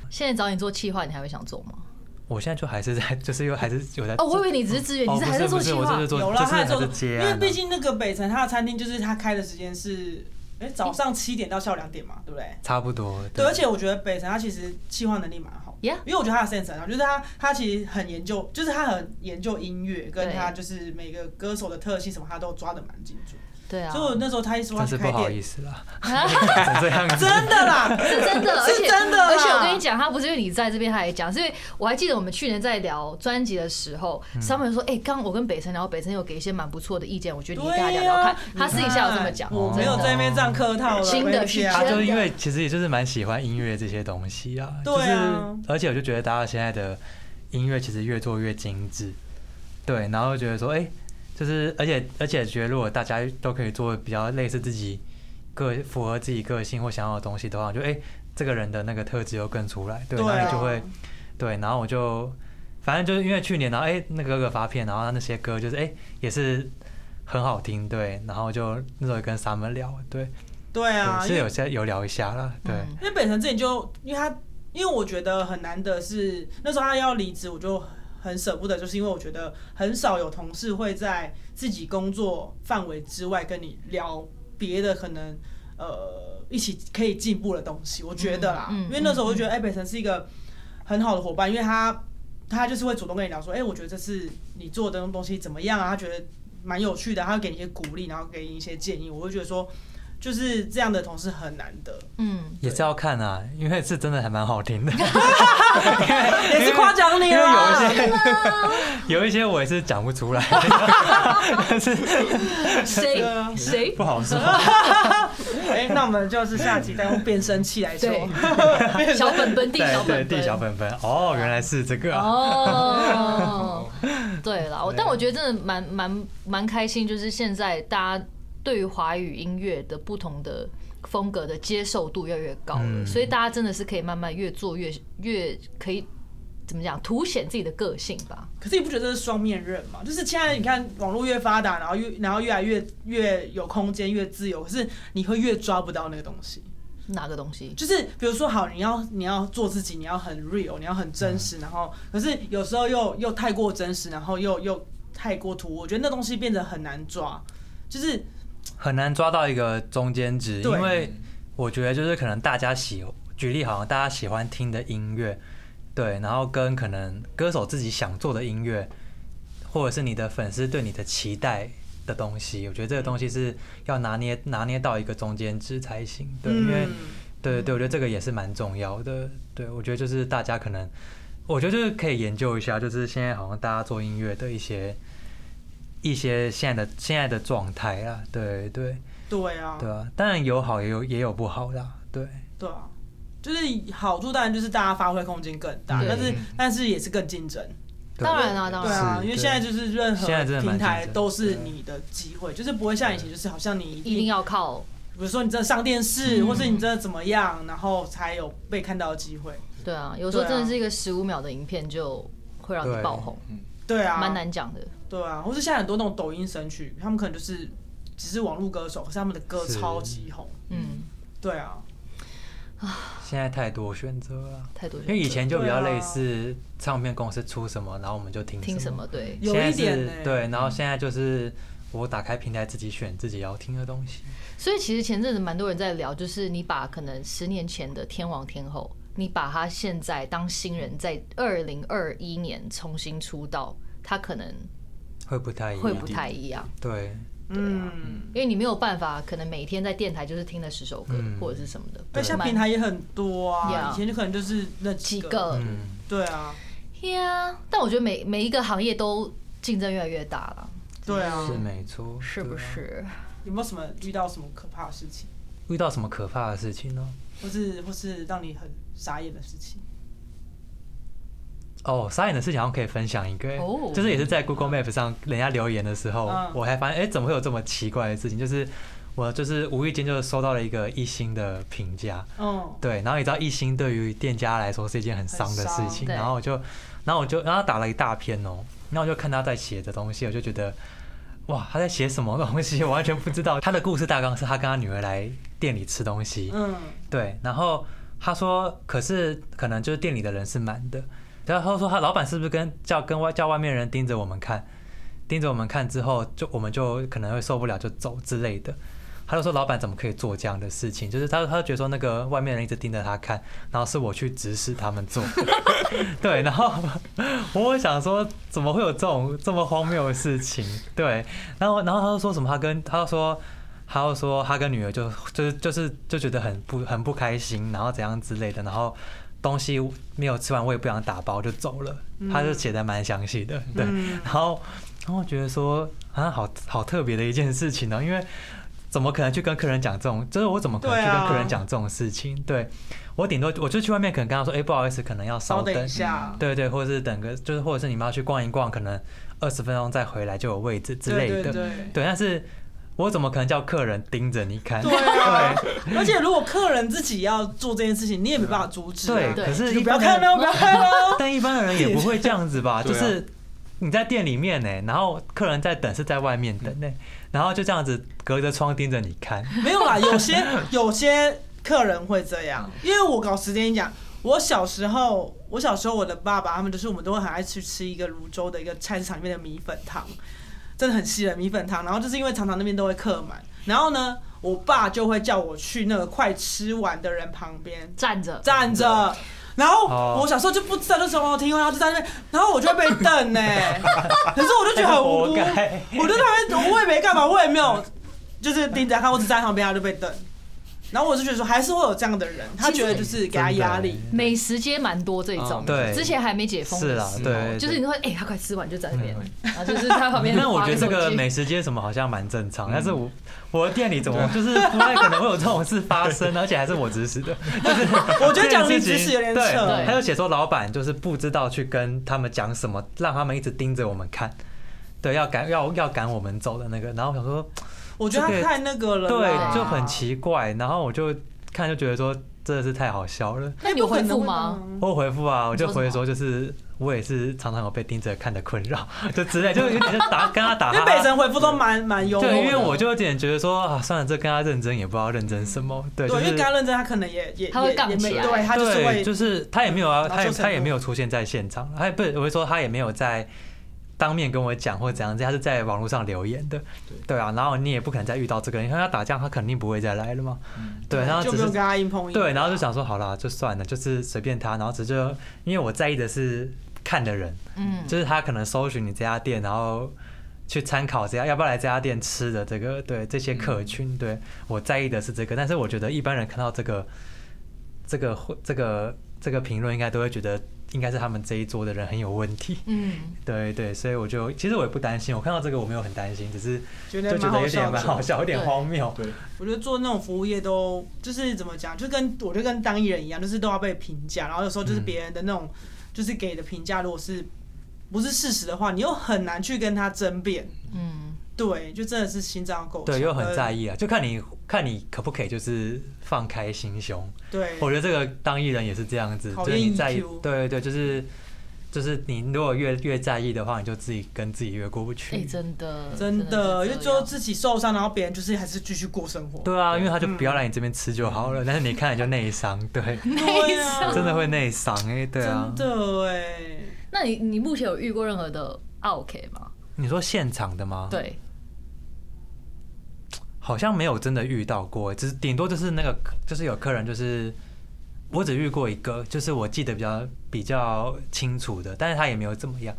B: 现在找你做企划，你还会想做吗？ (laughs)
D: 我现在就还是在，就是又还是有在。
B: 哦，我以为你只是资源，你
D: 哦
B: 是
D: 不
B: 还在做
D: 不
B: 企
D: 是，我
B: 划
D: 就是。做，
A: 有
D: 就
A: 啦，
D: 是
A: 他
D: 还
A: 还做
D: 是，接
A: 因
D: 案啊。
A: 为毕竟那个北城他的餐厅就是他开的时间是，哎、早上七点到下午两点嘛，对不对？
D: 差不多。
A: 对，而且我觉得北城他其实企划能力蛮好
B: Yeah
A: 因为我觉得他的 sense 很好，就是他他其实很研究，就是他很研究音乐，跟
B: 对
A: 他就是每个歌手的特性什么，他都抓的蛮精准。
B: 对啊
A: 所，以我那时候他一说他
D: 真
A: 去
D: 是
A: 开
D: 不好意
A: 店，
D: 思啦， (laughs)
B: 啊
D: 成这样子。
A: 真的啦，
B: (laughs) 是真的，
A: (laughs)
B: 而
A: 是
B: 且
A: 真的啦
B: 而且我跟你讲，他不是因为你在这边，他也讲，是因为我还记得我们去年在聊专辑的时候，上面说，哎，刚我跟北辰聊，北辰有给一些蛮不错的意见，我觉得你跟他聊聊看
A: 对啊，
B: 他私底嗯下有这么讲，
A: 我没有
B: 真
A: 在
B: 的
A: 那边这样客套了，
B: 新的
A: 我跟你
B: 是
A: 讲
D: 他
B: 真
D: 就
B: 的
D: 因为其实也就是蛮喜欢音乐这些东西啊，
A: 对啊
D: 就是而且我就觉得大家现在的音乐其实越做越精致，对，然后就觉得说，哎、就是而且而且觉得如果大家都可以做比较类似自己个符合自己个性或想要的东西的话，就哎、诶这个人的那个特质又更出来，对，
A: 对啊
D: 然后你就会对，然后我就反正就是因为去年，然后哎、那个哥哥发片，然后他那些歌就是哎、也是很好听，对，然后就那时候也跟 Summer 聊，对。
A: 对啊，因
D: 对，是
A: 为
D: 有些有聊一下啦，对，
B: 嗯
A: 因为北辰之前就，因为他，因为我觉得很难得是那时候他要离职，我就很舍不得，就是因为我觉得很少有同事会在自己工作范围之外跟你聊别的可能呃一起可以进步的东西，我觉得啦，
B: 嗯嗯
A: 因为那时候我就觉得哎、北辰是一个很好的伙伴，因为他他就是会主动跟你聊说，哎、我觉得这次你做的东西怎么样啊？他觉得蛮有趣的，他会给你一些鼓励，然后给你一些建议，我会觉得说。就是这样的同事很难得，
B: 嗯，
D: 也是要看啊，因为是真的还蛮
B: (laughs)
D: 好听的，
A: (laughs) 也是夸奖
B: 哎
A: 你啊
D: 因
A: 啦。
D: 为有一些
B: 啊
D: (laughs) 有一些我也是讲不
B: (laughs)
D: 出来，但是
B: 谁
A: 对
B: (laughs)
A: 啊
B: 谁
D: 不好说。
B: 哦
A: 哎、那我们就是下集再用变声器来说。 (laughs)
B: 小本本地小
D: 对对，
B: 本
D: 地小
B: 本。
D: 本本，哦，原来是这个啊，
B: 哦，对了，我
D: 对
B: 但我觉得真的蛮蛮蛮开心，就是现在大家对于华语音乐的不同的风格的接受度越来越高了，
D: 嗯
B: 所以大家真的是可以慢慢越做越越可以怎么讲，凸显自己的个性吧。
A: 可是你不觉得这是双面刃吗？就是现在你看网络越发达，然后越然后越来越越有空间，越自由，可是你会越抓不到那个东西。
B: 哪个东西？
A: 就是比如说，好，你要你要做自己，你要很 real，你要很真实，然后可是有时候又又太过真实，然后又又太过突兀，我觉得那东西变得很难抓。就是
D: 很难抓到一个中间值，
A: 对
D: 因为我觉得就是可能大家喜，举例好像大家喜欢听的音乐，对，然后跟可能歌手自己想做的音乐，或者是你的粉丝对你的期待的东西，我觉得这个东西是要拿捏拿捏到一个中间值才行，对，因为
A: 嗯
D: 对对对，我觉得这个也是蛮重要的，对我觉得就是大家可能，我觉得就是可以研究一下，就是现在好像大家做音乐的一些。一些现在的现在的状态啦，对对，
A: 对啊，
D: 对啊，当然有好也有也有不好啦，对，
A: 对啊，就是好处当然就是大家发挥空间更大，
B: 对
A: 但是但是也是更竞争。
D: 对
B: 当然啊，当
A: 对
B: 然啊，
A: 啊，
D: 嗯是
A: 因为
D: 对
A: 现在就是任何
D: 现在真的
A: 平
D: 蛮
A: 台
D: 竞争
A: 都是你的机会，就是不会像以前就是好像你一
B: 一定要靠
A: 比如说你真的上电视，
D: 嗯
A: 或是你真的怎么样，然后才有被看到的机会。
B: 对啊，有时候
A: 对啊
B: 真的是一个十五秒的影片就会让你
D: 对
B: 爆红，
A: 对啊，
B: 蛮难讲的。
A: 对啊，或是现在很多那种抖音神曲，他们可能就是只是网络歌手，可是他们的歌
D: 是
A: 超级红。
B: 嗯，
A: 对啊，
D: 现在太多选择了，
B: 太多
D: 因为以前就比较
A: 对啊
D: 类似唱片公司出什么，然后我们就听
B: 听什
D: 什
B: 么，对，
A: 有
D: 现在
A: 一点欸嗯
D: 是
A: 呢、
D: 对，然后现在就是我打开平台自己选自己要听的东西，
B: 所以其实前阵子蛮多人在聊，就是你把可能十年前的天王天后，你把他现在当新人，在二零二一年重新出道，他可能
D: 会不太一样，
B: 会不太一样，
D: 对，
B: 啊
A: 嗯，
B: 因为你没有办法，可能每天在电台就是听了十首歌
D: 嗯
B: 或者是什么的，
A: 而且
B: 蛮
A: 平台也很多啊，
B: Yeah
A: 以前就可能就是那几
B: 几
A: 个。
B: 个，
D: 嗯，
A: 对啊，
B: 呀，但我觉得每每一个行业都竞争越来越大了，
A: 对啊
D: 是，没错，
B: 是不
D: 对啊？
B: 是？
A: 有没有什么遇到什么可怕的事情，
D: 遇到什么可怕的事情呢？
A: 或是或是让你很傻眼的事情？
D: 哦，傻眼的事情好像可以分享一个、欸
B: 哦
D: 就是也是在 Google Map 上人家留言的时候，
A: 嗯
D: 我还发现，哎、怎么会有这么奇怪的事情？就是我就是无意间就收到了一个一星的评价，
A: 嗯，
D: 对，然后你知道一星对于店家来说是一件很伤的事
A: 很
D: 情，
B: 伤
D: 然后我就，然后我就，然后他打了一大篇哦，然后我就看他在写的东西，我就觉得，哇，他在写什么东西，我完全不知道。他的故事大纲是他跟他女儿来店里吃东西，
A: 嗯，
D: 对，然后他说，可是可能就是店里的人是满的，然后他说他老板是不是跟叫跟外叫外面人盯着我们看，盯着我们看之后，就我们就可能会受不了就走之类的。他就说老板怎么可以做这样的事情？就是他他就觉得说那个外面人一直盯着他看，然后是我去指使他们做， (laughs) 对，然后我想说怎么会有这种这么荒谬的事情？对，然后然后他就说什么？他跟他就说。他又说他跟女儿就就是就是就觉得很不很不开心，然后怎样之类的，然后东西没有吃完，我也不想打包就走了。他就写的蛮详细的，对。
A: 嗯
D: 然后然后我觉得说啊，好好特别的一件事情哦，因为怎么可能去跟客人讲这种？就是我怎么可能去
A: 对啊
D: 跟客人讲这种事情？对我顶多我就去外面可能跟他说，哎、不好意思，可能要
A: 稍
D: 稍
A: 等
D: 等
A: 一下，
D: 对对，或者是等个，就是或者是你们要去逛一逛，可能二十分钟再回来就有位置之类
A: 对
D: 的。
A: 对对。
D: 对，但是我怎么可能叫客人盯着你看？
A: 对啊，而且如果客人自己要做这件事情，你也没办法阻止、啊。
D: 对
B: 对
D: 可是
A: 就
D: 一
A: 不要
D: 般
A: 看
D: 人， (laughs)
A: 喽，不要看喽。
D: 但一般人也不会这样子吧？就
C: 对啊
D: 是你在店里面呢、然后客人在等是在外面等呢、然后就这样子隔着窗盯着你看。
A: (laughs) 没有啦，有些有些客人会这样，因为我搞时间讲，我小时候，我小时候我的爸爸他们就是我们都会很爱去吃一个泸州的一个菜市场里面的米粉汤，真的很稀的米粉汤。然后就是因为常常那边都会客满，然后呢，我爸就会叫我去那个快吃完的人旁边
B: 站着，
A: 站着。然后
D: 哦
A: 我小时候就不知道那时候听，然后就在那边，然后我就会被瞪呢、
D: (laughs)
A: 可是我就觉得很无辜，
D: 活该
A: 我就在那边，我也没干嘛，我也没有，就是盯着他看，我只站在旁边，他就被瞪。然后我就觉得说，还是会有这样的人，他觉得就是给他压力。
B: 美食街蛮多这种
C: 嗯
B: 的，
D: 对
B: 之前还没解封
D: 是
B: 的
D: 啦
B: 时，候，
D: 对，
B: 就是
D: 对
B: 你会哎、他快吃完就在那边
C: 嗯，
B: 然后就是他旁边。 (laughs)
D: 但我觉得这
B: 划
D: 个
B: 手机
D: 美食街什么好像蛮正常，
C: 嗯
D: 但是我我的店里怎
A: 啊
D: 么就是不太可能会有这种事发生，而且还是我指
A: (laughs)
D: 使的。
A: 我觉得讲
D: 这
A: 你
D: 件
A: 指
D: 事
A: 使
D: 情
A: 有点
D: 对
A: 扯，欸
B: 对
D: 他就写说老板就是不知道去跟他们讲什么，让他们一直盯着我们看，对，要赶要要赶我们走的那个。然后我想说，
A: 我觉得他太那个了啦。
D: 对，就很奇怪。然后我就看就觉得说，真的是太好笑了。
B: 那你有回复吗？
D: 我有回复啊，我就
B: 你说什
D: 回
B: 么
D: 说就是我也是常常有被盯着看的困扰， (laughs) 就之类，就有点像打跟他
A: 因
D: 打
A: 为
D: 哈
A: 北
D: 哈。
A: 辰回复都蛮蛮幽默的，
D: 对，因为我就有点觉得说啊，算了，这跟他认真也不知道认真什么。对，就
A: 对，因为
D: 是
A: 跟他认真，他可能也也
B: 他会
A: 也
B: 杠
A: 也
B: 起
A: 没
B: 来
A: 对他就是
D: 对，
A: 会
D: 就是他也没有啊，
A: 然后
D: 他也
A: 就成
D: 他也没
A: 功
D: 有出现在现场，他也不，我会说他也没有在当面跟我讲或怎样子，他是在网络上留言的，
C: 对
D: 对啊，然后你也不可能再遇到这个人，因为他打架他肯定不会再来了嘛，
C: 嗯
D: 对，然后
A: 就
D: 只
A: 没
D: 是
A: 有跟他硬碰硬，
D: 对，然后就想说好啦，就算了，就是随便他，然后只是就因为我在意的是看的人，
B: 嗯，
D: 就是他可能搜寻你这家店，然后去参考这家要不要来这家店吃的这个对这些客群，对我在意的是这个，但是我觉得一般人看到这个这个会这个这个评论，应该都会觉得应该是他们这一桌的人很有问题。 (laughs)
B: 嗯，
D: 对对，所以我就其实我也不担心，我看到这个我没有很担心，只是
A: 觉
D: 就
A: 得
D: 觉
A: 蛮好
D: 得有
A: 笑
D: 点蛮好
A: 的。
D: 笑，有点
B: 对
D: 荒谬。
C: 对，
A: 我觉得做那种服务业都就是怎么讲，就跟我就跟当艺人一样，就是都要被评价，然后有时候就是
D: 嗯
A: 别人的那种就是给的评价，如果是不是事实的话，你又很难去跟他争辩。
B: 嗯，
A: 对，就真的是心脏够强，
D: 对，又很在
A: 意。
D: 意啊，就看你看你可不可以就是放开心胸。
A: 呃对，
D: 我觉得这个当艺人也是这样子，
A: 考
D: 就是
A: 验
D: 你在意
A: EQ
D: 对对对，就是就是你如果越越在意的话，你就自己跟自己越过不
B: 哎，
D: 去。
B: 真的，
A: 真的，因
B: 是
A: 为
B: 这
A: 最后
B: 样
A: 自己受伤，然后别人就是还是继续过生活。
D: 对啊，因为他就
A: 嗯
D: 不要来你这边吃就好了，但是你看你就内伤，
A: (laughs)
D: 对，
A: 对啊，
D: 真的会内伤哎，对啊
A: 真。的哎、
B: 那你你目前有遇过任何的 OK 吗？
D: 你说现场的吗？，
B: 对，
D: 好像没有真的遇到过，只是顶多就是那个就是有客人就是。我只遇过一个，就是我记得比较比较清楚的，但是他也没有怎么样，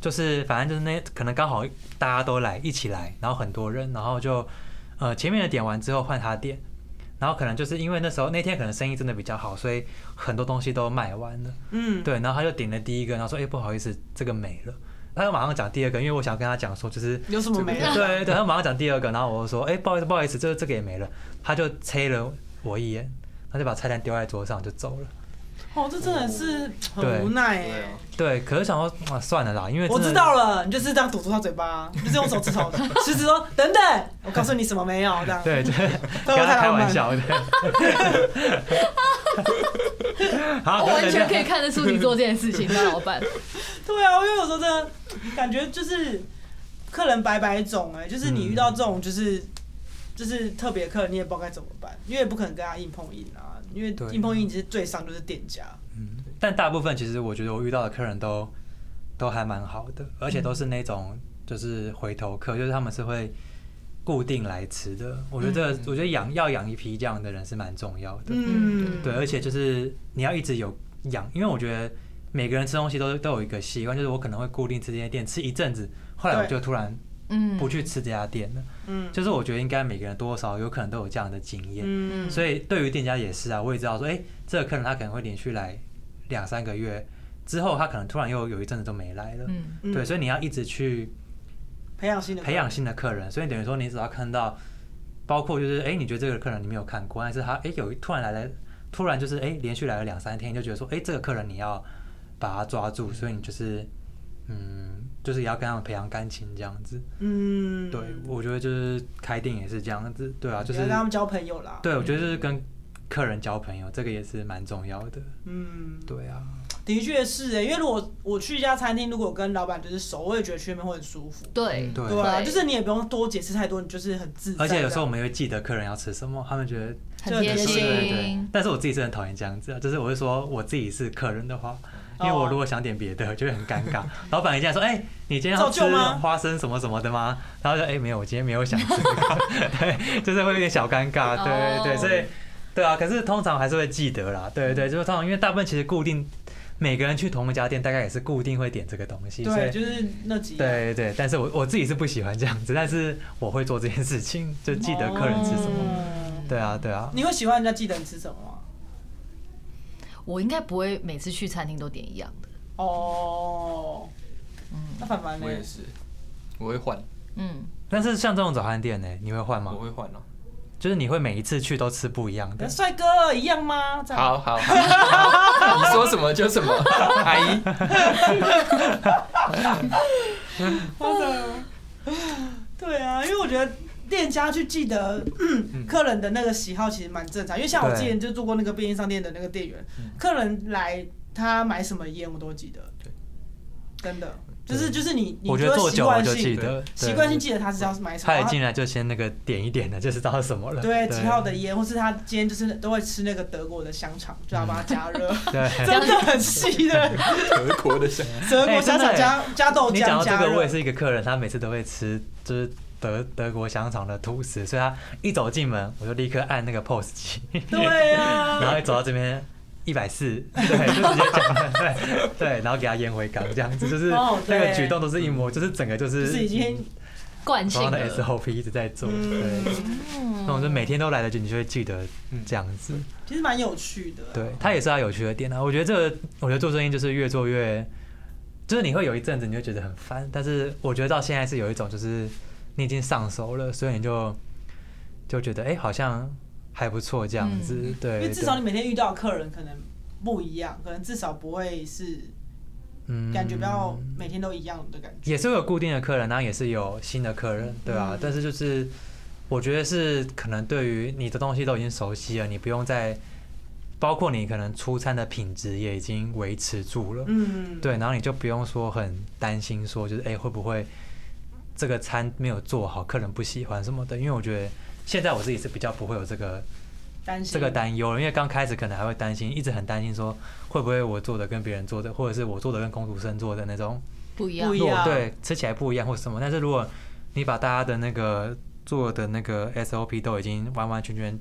D: 就是反正就是那可能刚好大家都来一起来，然后很多人，然后就呃前面的点完之后换他点，然后可能就是因为那时候那天可能生意真的比较好，所以很多东西都卖完了，
A: 嗯，
D: 对，然后他就点了第一个，然后说哎、不好意思，这个没了，他就马上讲第二个，因为我想跟他讲说就是
A: 有什么没了？
D: 对对，他马上讲第二个，然后我就说，哎、不好意思，不好意思，这个这个也没了，他就催了我一眼，他就把菜单丢在桌上就走了。
A: 哦，这真的是
D: 对
A: 很无奈哎、
C: 对啊
D: 对，可是想说，啊，算了啦，因为
A: 我
D: 真的
A: 知道了，你就是这样堵住他嘴巴，你就是用手指头， (laughs) 食指说等等，我告诉你什么没有这样。
D: 对，对，
A: 太浪漫
D: 跟他开玩笑的。好， (laughs)
B: 我哦
D: 可是
B: 完
D: 人
B: 全
D: 家
B: 可以看得出你做这件事情，那老板，
A: 对啊，因为有时候真的感觉就是客人百百种哎、就是你遇到这种就是、
D: 嗯
A: 就是特别客人，你也不知道该怎么办，因为不可能跟他硬碰硬啊，因为
D: 对
A: 硬碰硬其实最伤就是店家。
D: 但大部分其实我觉得我遇到的客人都都还蛮好的，而且都是那种就是回头客，就是他们是会固定来吃的。我觉得，
C: 嗯
D: 我觉得养要养一批这样的人是蛮重要的。
A: 嗯，
D: 对，而且就是你要一直有养，因为我觉得每个人吃东西都都有一个习惯，就是我可能会固定吃这家店吃一阵子，后来我
A: 对
D: 就突然
B: 嗯，
D: (laughs) 不去吃这家店了。
A: 嗯
D: 就是我觉得应该每个人多多少少有可能都有这样的经验，
A: 嗯
D: 所以对于店家也是啊，我也知道说，哎、这个客人他可能会连续来两三个月，之后他可能突然又有一阵子都没来了。
B: 嗯，
A: 嗯
D: 对，所以你要一直去
A: 培养新的
D: 培养新的客人，所以等于说你只要看到，包括就是哎、诶你觉得这个客人你没有看过，但是他哎、诶有一突然来了，突然就是哎、诶连续来了两三天，你就觉得说哎、诶这个客人你要把他抓住，所以你就是嗯，就是也要跟他们培养感情这样子。
A: 嗯，
D: 对，我觉得就是开店也是这样子，对啊，就
A: 就是
D: 是
A: 跟他们交朋友啦。，
D: 对我觉得就是跟客人交朋友，这个也是蛮重要的。
A: 嗯，
D: 对啊，
A: 的确是、欸，因为如果我去一家餐厅，如果跟老板就是熟，我也觉得去那边会很舒服。
B: 对
D: 对
A: 对啊，就是你也不用多解释太多，你就是很自在。
D: 而且有时候我，们会记得客人要吃什么，他们觉得
B: 很贴
A: 对
D: 对对对
B: 心，，
D: 但是我自己是很讨厌这样子啊，就是我会说我自己是客人的话，
A: 哦
D: 因为我如果想点别的，就会很尴
A: (laughs)
D: 尬。老板一进来说：“哎、你今天要吃
A: 照旧吗
D: 花生什么什么的吗？”然后就：“哎、没有，我今天没有
A: (laughs)
D: 想吃。”对，就是会有点小尴尬，对对对，
B: 哦
D: 所以对啊，可是通常还是会记得啦，对
A: 嗯
D: 对，就是通常因为大部分其实固定每个人去同一家店，大概也是固定会点这个东西，所
A: 对，
D: 以。
A: 就是那几样
D: 对对对，但是我我自己是不喜欢这样子，但是我会做这件事情，就记得客人吃什么。
A: 哦
D: 对啊，对啊，
A: 你会喜欢人家记得你吃什么吗？
B: 我应该不会每次去餐厅都点一样的，
A: 哦，那凡凡呢
C: 我？也是，我会换，
B: 嗯，
D: 但是像这种早餐店呢，你会换吗
C: 我？会换哦。
D: 就是你会每一次去都吃不一样的
A: 跟。帅哥一样吗？这样， (laughs)
C: 好好，好你说什么就什么，阿姨。
A: 对啊，因为我觉得店家去记得 (clears throat) 客人的那个喜好，其实蛮正常。因为像我之前就做过那个便利商店的那个店员，客人来他买什么烟我都记得，真的就是就是你你
D: 我觉
A: 就
D: 得
A: 会
D: 做
A: 习
D: 久了
A: 惯
D: 就记
A: 性
D: 得，
A: 习惯性记得他是要买什么，
D: 他一进来就先那个点一点的，就知道是什么了。
A: 对几号的
D: 对
A: 烟，或是他今天就是都会吃那个德国的香肠，就要把它加热，
D: (laughs) 对，
A: (laughs) 真的很细
D: (laughs)
A: 的
C: 德国的香，
A: 德国
D: 哎
A: 香
D: 真的
A: 肠
D: 哎
A: 加加豆
D: 你讲
A: 浆
D: 到这
A: 加
D: 个，我也
A: 热，
D: 是一个客人，他每次都会吃就是德德国香肠的吐司，所以他一走进门，我就立刻按那个
A: (laughs)
D: POS 机，
A: (laughs) 对啊呀，
D: 然后一走到这边一百四，对，就直接讲了，对对，然后给他烟回缸这样子，就是
A: 哦对嗯
D: 那个举动都是一模，就是嗯整个就
A: 就是是已经
B: 惯
D: 同
B: 性
D: 样的
B: 了。
D: SOP 一直在做，对，
A: 嗯，
D: 那我就每天都来得及，你就会记得这样子。
A: 其实蛮有趣的，
D: 对，它也是它有趣的点啊。我觉得这个，我觉得做生意就是越做越，就是你会有一阵子你会觉得很烦，但是我觉得到现在是有一种就是你已经上手了，所以你就就觉得哎、诶好像还不错这样子。对，
A: 嗯因为至少
D: 对
A: 你每天遇到的客人可能不一样，可能至少不会是
D: 嗯
A: 感觉不要每天都一样的感觉。
D: 也是会有固定的客人，然后也是有新的客人，对吧、
A: 嗯
D: 但是就是我觉得是可能对于你的东西都已经熟悉了，你不用再包括你可能出餐的品质也已经维持住了。
A: 嗯，
D: 对，然后你就不用说很担心，说就是哎、诶会不会这个餐没有做好，客人不喜欢什么的。因为我觉得现在我自己是比较不会有这个
A: 担心
D: 这个担忧了，因为刚开始可能还会担心，一直很担心说会不会我做的跟别人做的，或者是我做的跟工读生做的那种
B: 不一样
A: 不一，
D: 落，
A: 样
D: 对，吃起来不一样或什么。但是如果你把大家的那个做的那个 SOP 都已经完完全全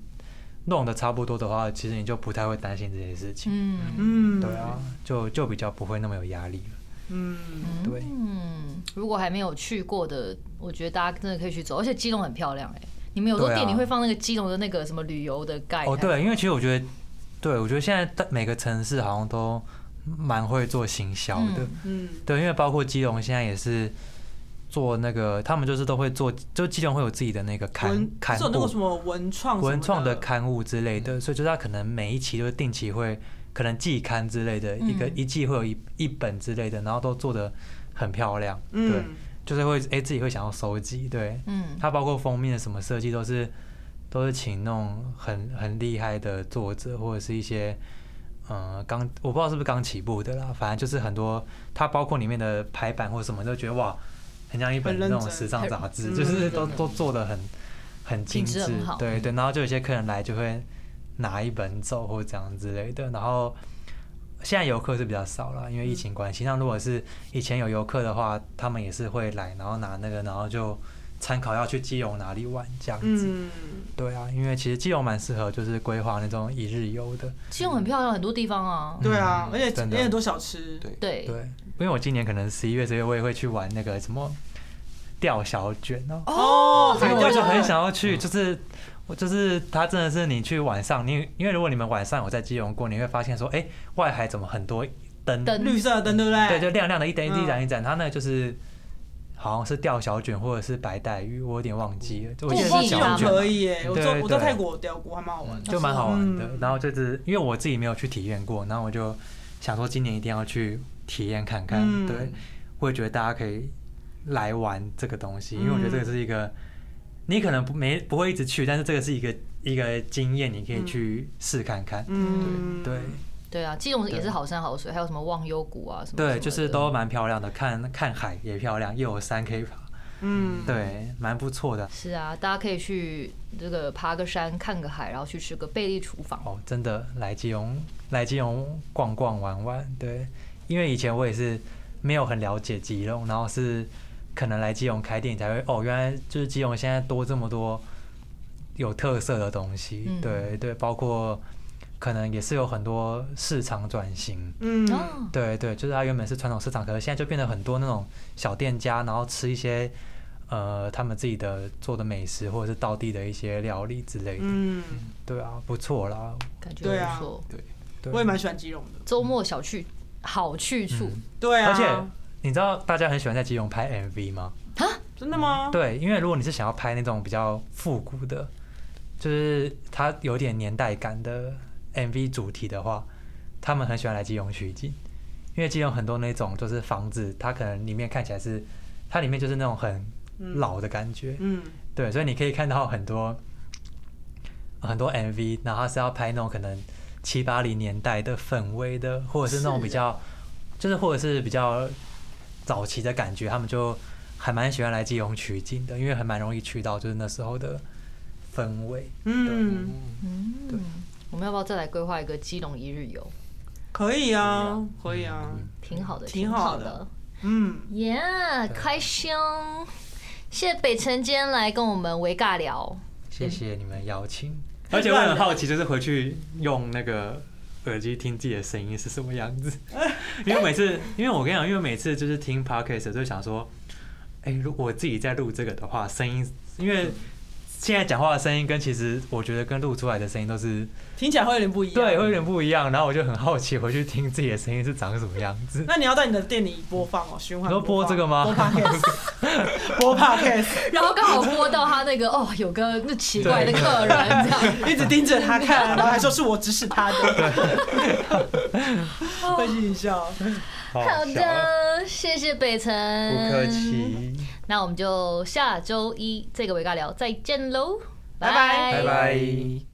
D: 弄得差不多的话，其实你就不太会担心这些事情。
B: 嗯
A: 嗯，
D: 对啊，，就就比较不会那么有压力了。
A: 嗯，
D: 对，
B: 嗯，如果还没有去过的，我觉得大家真的可以去走，而且基隆很漂亮哎、你们有时候
D: 对啊
B: 店里会放那个基隆的那个什么旅游的哎盖
D: 哦，，对，因为其实我觉得，对我觉得现在大每个城市好像都蛮会做行销的，
B: 嗯
A: 嗯，
D: 对，因为包括基隆现在也是做那个，他们就是都会做，就基隆会有自己的那个刊
A: 文
D: 刊
A: 是有那个什
D: 物，
A: 么文创什么
D: 文创
A: 的嗯
D: 的刊物之类的，所以就是他可能每一期就是定期会，可能季刊之类的，一个
B: 嗯
D: 一季会有一一本之类的，然后都做的很漂亮，对，
A: 嗯，
D: 就是会哎、自己会想要收集，对，
B: 嗯，
D: 它包括封面的什么设计都是都是请那种很很厉害的作者或者是一些嗯刚我不知道是不是刚起步的啦，反正就是很多它包括里面的排版或什么都觉得哇，很像一本
A: 很
D: 那
A: 认
D: 种
A: 真
D: 时尚
B: 很
D: 杂志，
A: 嗯
D: 就是
B: 认
D: 都
B: 真
D: 都做的很很精
B: 品质
D: 致
B: 很好，
D: 对对，然后就有些客人来就会拿一本走或这样之类的，然后。现在游客是比较少了，因为疫情关系。那如果是以前有游客的话，他们也是会来，然后拿那个，然后就参考要去基隆哪里玩这样子。
A: 嗯，
D: 对啊，因为其实基隆蛮适合就是规划那种一日游的。
B: 基隆很漂亮，很多地方啊，
A: 对啊，
C: 嗯
A: 而且
D: 真的
A: 也很多小吃，
C: 对
B: 对
D: 对，因为我今年可能十一月、十月我也会去玩那个什么钓小卷哦，
A: 哦，
D: 因为
A: 海
D: 我就
A: 钓
D: 很想要去，就是。我就是它，真的是你去晚上，你因为如果你们晚上有在基隆过，你会发现说，哎、外海怎么很多灯
B: 灯
A: 绿色的灯，对不对？
D: 对，就亮亮的一盏一
A: 嗯
D: 盏一盏一盏，它那个就是好像是钓小卷或者是白带鱼，我有点忘记了。我
A: 我
D: 记得
A: 忘
D: 是
A: 记
B: 小
A: 了
D: 小
B: 卷
A: 可
D: 卷，
A: 以耶，我
D: 对
A: 做我在
D: 对
A: 泰国钓过，还蛮好玩的。
D: 就蛮好玩的
A: 嗯。
D: 然后就是因为我自己没有去体验过，然后我就想说今年一定要去体验看看。
A: 嗯
D: 对，我也觉得大家可以来玩这个东西，因
A: 嗯
D: 为我觉得这个是一个你可能不没不会一直去，但是这个是一个一个经验，你可以去试看看。
A: 嗯，
D: 对
B: 对啊，基隆也是
D: 对
B: 好山好水，还有什么忘忧谷啊什么，什
D: 对，
B: 么
D: 就是
B: 的
D: 都蛮漂亮的，看看海也漂亮，又有山可以爬。
A: 嗯，
D: 对，蛮不错的
B: 是啊，大家可以去这个爬个山、看个海，然后去吃个贝利厨房。
D: 哦，真的来基隆来基隆逛逛玩玩，对，因为以前我也是没有很了解基隆，然后是可能来基隆开店才会哦，原来就是基隆现在多这么多有特色的东西，
B: 嗯
D: 对对，包括可能也是有很多市场转型，
A: 嗯，
B: 哦，
D: 对对，就是它原本是传统市场，可是现在就变得很多那种小店家，然后吃一些呃他们自己的做的美食，或者是道地的一些料理之类的。
A: 嗯，
D: 对啊，不错啦。
B: 感觉
A: 对啊
B: 不错。
C: 对，
D: 对
A: 我也蛮喜欢基隆的。
B: 周末小去好去处
D: 嗯
A: 对啊，
D: 而且你知道大家很喜欢在基隆拍 MV 吗？
B: 啊，
A: 真的吗？
D: 对，因为如果你是想要拍那种比较复古的，就是它有点年代感的 MV 主题的话，他们很喜欢来基隆取景，因为基隆很多那种就是房子，它可能里面看起来是它里面就是那种很老的感觉。
A: 嗯，
D: 对，所以你可以看到很多很多 MV，然后它是要拍那种可能七八零年代的氛围的，或者是那种
B: 是
D: 比较，就是或者是比较早期的感觉，他们就还蛮喜欢来基隆取景的，因为还蛮容易去到就是那时候的氛围。
A: 嗯，
D: 对
B: 嗯，我们要不要再来规划一个基隆一日游？
A: 可以啊，可以啊，
B: 挺好的，
A: 挺好
B: 好
A: 的。嗯，
B: 耶，
D: 啊
B: 开箱！谢谢北辰今天来跟我们微
A: (laughs)
B: 尬聊。
D: 谢谢你们邀请，而且我很好奇，就是回去用那个耳机听自己的声音是什么样子， (laughs) 因为每次，因为我跟你讲，因为每次就是听 podcast 就想说，哎、如果我自己在录这个的话，声音，因为现在讲话的声音跟其实我觉得跟录出来的声音都是
A: 听起来会有点不一样。
D: 对，会有点不一样，然后我就很好奇回去听自己的声音是长什么样子。
A: 那你要在你的店里播放哦，循环
D: 你说播
A: 放
D: 这个吗
A: 播 podcast，播
D: (laughs)
A: podcast，
B: 然后刚好播到他那个哦，有个那奇怪的客人这样，
A: (laughs) 一直盯着他看，然后还说是我指使他的， (laughs) 会心一笑。
D: 好
B: 好
D: 笑啊
B: 的，谢谢北辰，
D: 不客。气，
B: 那我们就下周一这个微尬聊再见喽，
A: 拜拜
D: 拜拜。